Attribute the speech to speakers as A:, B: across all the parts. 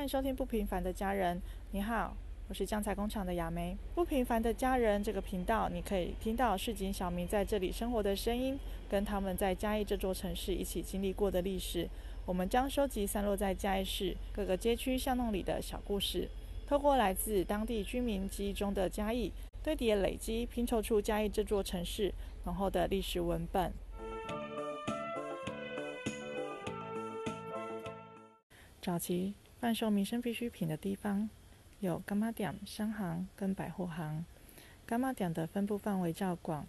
A: 迎收听《不平凡的家人》，你好，我是酱菜工厂的雅梅。《不平凡的家人》这个频道，你可以听到市井小民在这里生活的声音，跟他们在嘉义这座城市一起经历过的历史。我们将收集散落在嘉义市各个街区巷弄里的小故事，透过来自当地居民记忆中的嘉义，堆叠累积，拼凑出嘉义这座城市浓厚的历史文本。早期贩售民生必需品的地方有干妈店、商行跟百货行。干妈店的分布范围较广，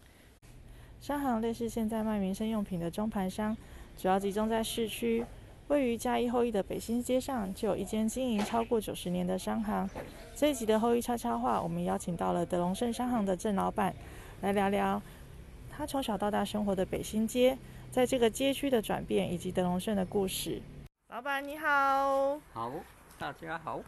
A: 商行类似现在卖民生用品的中盘商，主要集中在市区。位于嘉义后裔的北新街上，就有一间经营超过九十年的商行。这一集的后裔悄悄话，我们邀请到了德隆盛商行的郑老板，来聊聊他从小到大生活的北新街，在这个街区的转变以及德隆盛的故事。老板你好，
B: 好，大家好。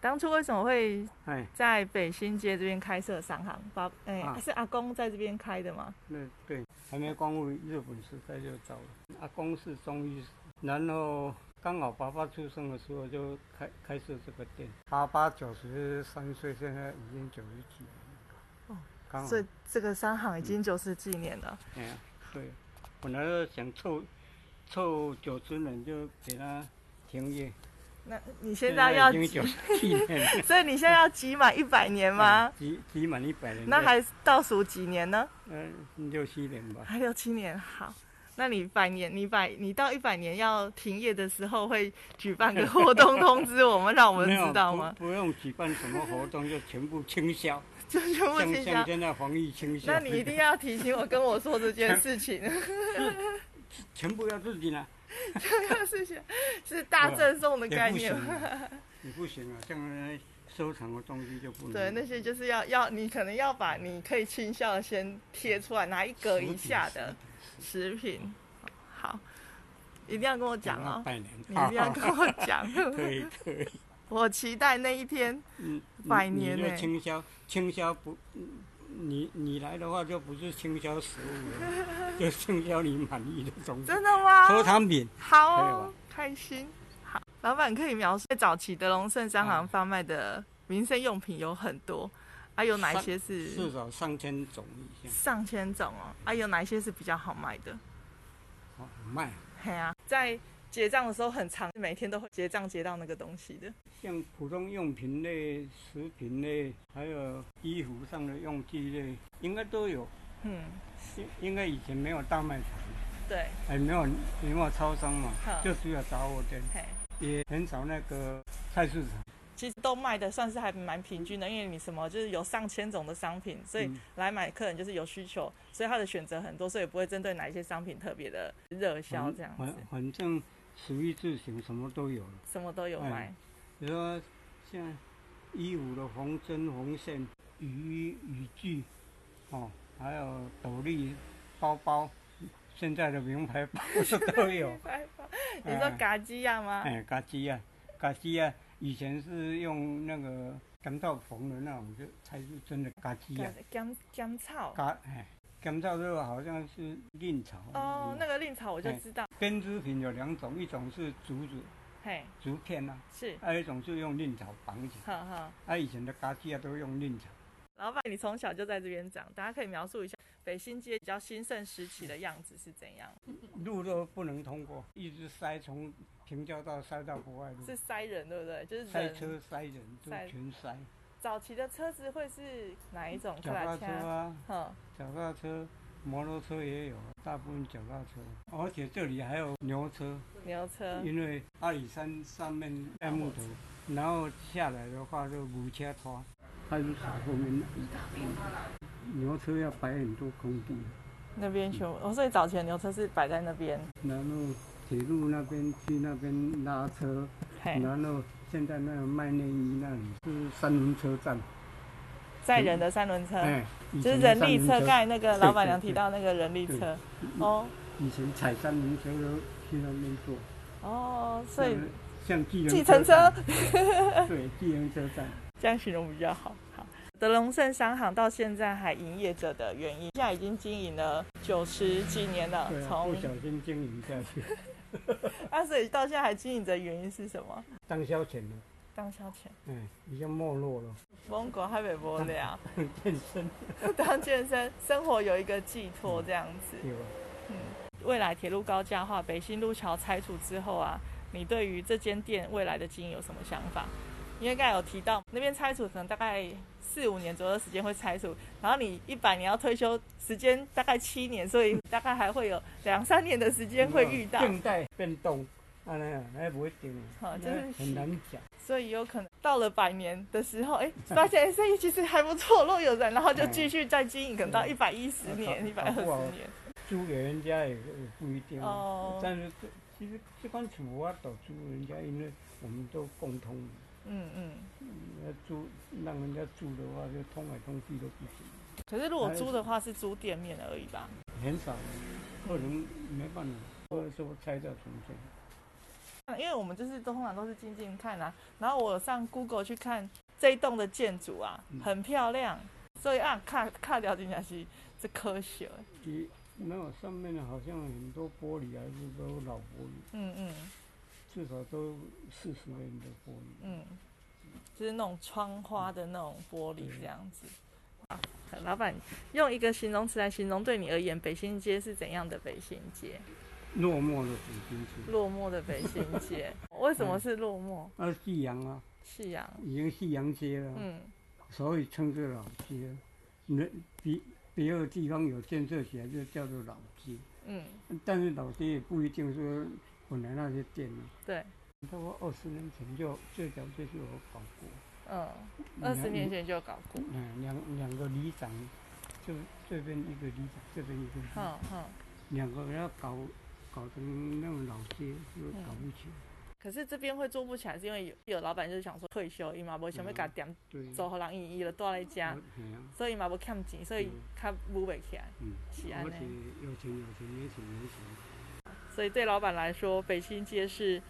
A: 当初为什么会
B: 哎，
A: 在北新街这边开设商行？爸，哎、
B: 啊
A: 是阿公在这边开的吗？
B: 那对，还没光复日本时代就走了。阿公是中医师，然后刚好爸爸出生的时候就开开设这个店。爸爸九十三岁，现在已经九十几了。
A: 哦，
B: 刚好
A: 所。以这个商行已经九十几年了。
B: 哎呀，对，本来是想凑凑九十年就给他停业，
A: 那你现在要
B: 已经
A: 集，
B: 九十 七年了
A: 所以你现在要集满一百年吗
B: 嗯？集集满一百年。
A: 那还倒数几年呢？
B: 嗯六七年吧。
A: 还有七年。好，那你百年，你百，你到一百年要停业的时候，会举办个活动通知我们，让我们
B: 没有
A: 知道
B: 不
A: 吗？
B: 不用举办什么活动，就全部 清消。
A: 就全部
B: 像
A: 清
B: 像
A: 销。
B: 现在防疫清消，
A: 那你一定要提醒我，跟我说这件事情。
B: 全部要自己拿，
A: 是是是大赠送的概
B: 也不
A: 念
B: 行
A: 吗，
B: 啊，你不行啊，像那些收藏的东西就不能。
A: 对，那些就是要要你可能要把你可以倾销的先贴出来，拿一格
B: 实
A: 以
B: 体
A: 下的食品，好，一定要跟我讲哦，
B: 啊百年，
A: 你一定要 跟我
B: 啊
A: 讲，
B: 可以可 以，
A: 我期待那一天。
B: 嗯，
A: 百年欸
B: 你你
A: 呢
B: 就清消清消不，嗯你你来的话就不是清消食 物了，就清消你满意的东西，
A: 真的吗？
B: 收藏品。
A: 好
B: 可以
A: 哦
B: 吗，
A: 开心。好，老板可以描述早期的龙盛商行
B: 嗯
A: 贩卖的民生用品有很多，啊，有哪一
B: 上
A: 些是
B: 至少上千种以上，
A: 上千种哦？啊，有哪一些是比较好卖的？
B: 哦，卖。
A: 嘿啊，在结账的时候很长，每天都会结账结到那个东西的。
B: 像普通用品类、食品类，还有衣服上的用具类，应该都有。
A: 嗯，
B: 应应该以前没有大卖场，
A: 对，
B: 哎，没有没有超商嘛
A: 好，
B: 就只有杂货店，
A: 嘿，
B: 也很少那个菜市场。
A: 其实都卖的算是还蛮平均的，因为你什么就是有上千种的商品，所以
B: 嗯
A: 来买客人就是有需求，所以他的选择很多，所以也不会针对哪一些商品特别的热销这样
B: 反
A: 子，
B: 反正属于自行什么都有了。
A: 什么都有
B: 哎
A: 卖。
B: 比如说像衣服的缝针、缝线、雨衣、雨具，哦，还有斗笠、包包，现在的名牌包都有。
A: 你说嘎基亚吗？
B: 哎，嘎叽啊，嘎叽啊，以前是用那个干燥缝的那种，啊就才是真的嘎叽啊。
A: 甘甘草。
B: 嘎哎，干燥这个好像是蔺草。
A: 哦，那
B: 个
A: 个令草我就
B: 哎
A: 知道，
B: 编织品有两种，一种是竹子
A: 嘿，
B: 竹片啊，
A: 是，
B: 还有一种是用蔺草绑起来。
A: 哈哈。
B: 啊，以前的嘎叽啊都用蔺草。
A: 老板，你从小就在这边长，大家可以描述一下北新街比较兴盛时期的样子是怎样？
B: 嗯路都不能通过，一直塞，从平交道塞到国外路，
A: 是塞人对不对？就是
B: 塞
A: 人
B: 车塞人都
A: 塞
B: 全塞，
A: 早期的车子会是哪一种？
B: 脚踏车
A: 卡
B: 啊，
A: 车啊，
B: 脚踏车、摩托车也有，大部分脚踏车，而且这里还有牛车，
A: 哼，牛车，
B: 因为阿里山上面带木头，然后下来的话就牛车拖，它就卡后面一大片，牛车要摆很多空地，
A: 那边全部，哦，所以早前牛车是摆在那边，
B: 然后铁路那边去那边拉车，
A: 嘿，
B: 然后现在那个卖内衣那里是三轮车站，
A: 载人的三轮车，
B: 哎，以
A: 嗯就是
B: 前
A: 人
B: 三
A: 力
B: 轮
A: 车，刚才那个老板娘
B: 对对
A: 提到那个人力
B: 对
A: 车，哦
B: 以前踩三轮车都去那边坐，
A: 哦，所以
B: 像像计
A: 计
B: 程
A: 程车啊
B: 站对，地人车站。
A: 这样形容比较好。好，德隆盛商行到现在还营业着的原因，现在已经经营了九十几年了
B: 对，啊，
A: 从
B: 不小心经营下去，
A: 啊，所以到现在还经营着，原因是什么？
B: 当消遣了。
A: 当消遣。
B: 嗯，已经没落了，
A: 蒙古还没无聊，
B: 健身
A: 当健身，生活有一个寄托这样子。
B: 有啊。
A: 未来铁路高架化，北新路桥拆除之后啊，你对于这间店未来的经营有什么想法？因为刚才有提到那边拆除，可能大概四五年左右的时间会拆除，然后你一百年要退休，时间大概七年，所以大概还会有两三年的时间会遇到，
B: 变态变动，安尼啊，那不一定
A: 好
B: 啊，
A: 就是
B: 那很难讲。
A: 所以有可能到了百年的时候，哎，发现哎生意其实还不错，若有人，然后就继 续再经营，可能到一百一十年、一百二十年。
B: 租给人家也也不一定啊。
A: 哦
B: 但是这其实这款厝我倒租人家，因为我们都共通，
A: 嗯嗯。
B: 要租让人家住的话，就通来通去都不行，
A: 可是如果租的话，是租店面而已吧？
B: 很少，可能没办法，或者说拆掉重建。
A: 因为我们就是都通常都是静静看啊，然后我上 Google 去看这一栋的建筑啊，
B: 嗯
A: 很漂亮，所以啊，看看掉真正是这科学，
B: 其没有上面好像很多玻璃还是都老玻璃，
A: 嗯嗯
B: 至少都四十年的玻璃。
A: 嗯，就是那种窗花的那种玻璃这样子。啊，老板用一个形容词来形容对你而言，北新街是怎样的北新街？
B: 落寞的古今区，
A: 落寞的北新街，为什么是落寞？
B: 那夕阳啊，
A: 是啊，
B: 已经夕阳街了。
A: 嗯
B: 所以称之老街。那别别的地方有建设起来就叫做老街，
A: 嗯，
B: 但是老街也不一定说本来那些店呢。
A: 对，
B: 差不多二十年前就这条街就有搞过，
A: 嗯，二十
B: 两
A: 年，前就搞过，
B: 嗯，两两个里长，就这边一个里长，这边一个里长，
A: 哼哼。
B: 两个要搞搞成那种老街，就搞不起来。
A: 可是这边会做不起来，是因为有有老板就是想说退休，伊嘛无想要
B: 嗯
A: 甲店
B: 对，
A: 做互人，伊伊就住咧遮
B: 我，嘿啊
A: 所以嘛无欠钱，所以较舞袂起来，
B: 嗯，
A: 是安
B: 而且
A: 尼。
B: 有钱有钱，没钱没钱。
A: 所以对老板来说，北新街是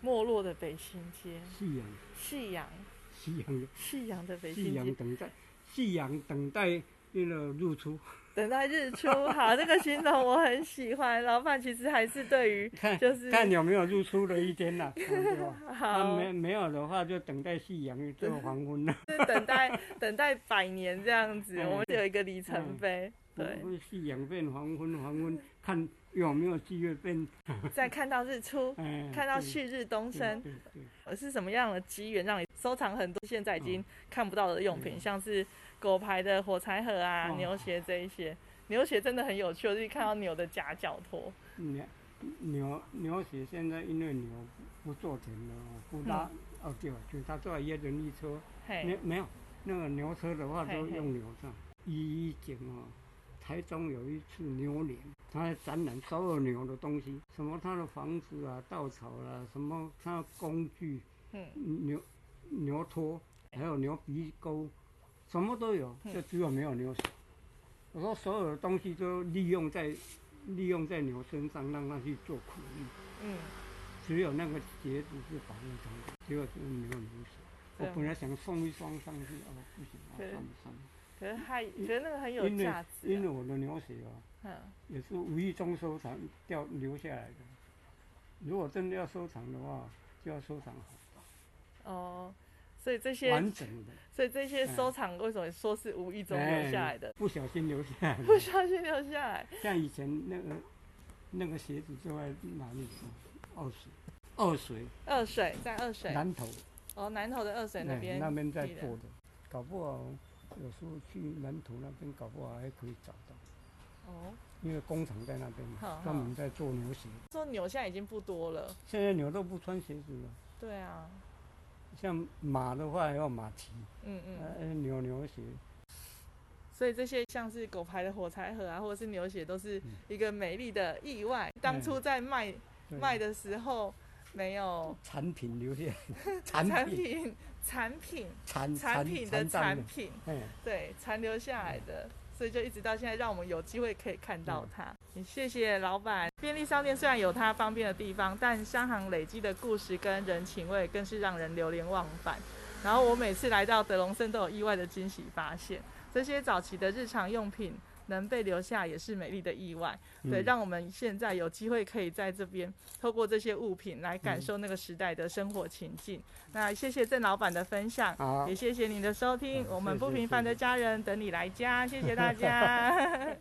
A: 没落的北新街，
B: 夕阳，
A: 夕阳
B: 夕阳。
A: 夕阳的北
B: 夕
A: 新
B: 阳
A: 街，
B: 等待，夕阳等待那个日出。
A: 等待日出。好，这个形容我很喜欢。老板其实还是对于
B: 看
A: 就是哦
B: 看有没有日出的一天 呐、嗯对吧？那
A: 好，
B: 没没有的话，就等待夕阳做黄昏了。
A: 就是等待等待百年这样子，
B: 嗯
A: 我们有一个里程碑。对，
B: 会夕阳变黄昏，黄昏看有没有机会变。
A: 再看到日出，
B: 哎，
A: 看到
B: 对
A: 旭日东
B: 对
A: 升。
B: 对对，
A: 呃，是什么样的机缘让你收藏很多现在已经看不到的用品，
B: 嗯
A: 像是狗牌的火柴盒啊、
B: 哦
A: 牛鞋这一些。牛鞋真的很有趣，我就是看到牛的夹脚托。
B: 牛牛牛血现在因为牛不做田了，不拉、
A: 嗯
B: 哦对，就是他做一人力车，没
A: 嘿，
B: 没有那个牛车的话
A: 嘿
B: 都
A: 嘿
B: 用牛上。一一景啊，台中有一次牛年，他还展览所有牛的东西，什么他的房子啊、稻草啦、什么他的工具、
A: 嗯，
B: 牛牛拖，还有牛鼻沟，什么都有，
A: 嗯
B: 就只有没有牛血。我说所有的东西都利用在利用在牛身上，让它去做苦力。
A: 嗯，
B: 只有那个鞋子是保护它，结果就是没有流血。我
A: 对啊
B: 本来想送一双上去，哦，不行，啊，
A: 对
B: 算了算了。
A: 可是还觉得那个很有
B: 因为
A: 价值
B: 因为
A: 啊、
B: 我的牛血啊，
A: 嗯，
B: 也是无意中收藏掉留下来的。如果真的要收藏的话，就要收藏好
A: 哦，所以这些，
B: 完整的，
A: 所以这些
B: 嗯
A: 收藏为什么说是无意中留下来的？
B: 不小心留下来的。
A: 不小心留下来，
B: 像以前那个那个鞋子就在哪里做？二水，二水
A: 二水在二水
B: 南头，
A: 哦，南头的二水那
B: 哎
A: 边，
B: 那边在做
A: 的，
B: 的，搞不好有时候去南头那边，搞不好还可以找到。
A: 哦，
B: 因为工厂在那边嘛
A: 好好
B: 专门在做牛鞋。
A: 说牛现在已经不多了，
B: 现在牛都不穿鞋子了，
A: 对啊，
B: 像马的话还要马蹄，
A: 嗯嗯。
B: 呃，牛牛鞋，
A: 所以这些像是狗牌的火柴盒啊，或者是牛血，都是
B: 嗯
A: 一个美丽的意外。当初在卖、
B: 对
A: 卖的时候，没有
B: 产品留下 来，产
A: 产
B: 品
A: 品产品
B: 产
A: 产品的
B: 残
A: 产，品，
B: 哎，
A: 对残留下来的，所以就一直到现在，让我们有机会可以看到它。也谢谢老板，便利商店虽然有它方便的地方，但商行累积的故事跟人情味更是让人流连忘返。然后我每次来到德隆盛都有意外的惊喜发现，这些早期的日常用品。能被留下也是美丽的意外。
B: 嗯
A: 对，让我们现在有机会可以在这边透过这些物品来感受那个时代的生活情境。那谢谢郑老板的分享，
B: 好
A: 也谢谢您的收听。
B: 嗯
A: 我们
B: 谢谢
A: 不平凡的
B: 谢谢
A: 家人等你来家，谢谢大家。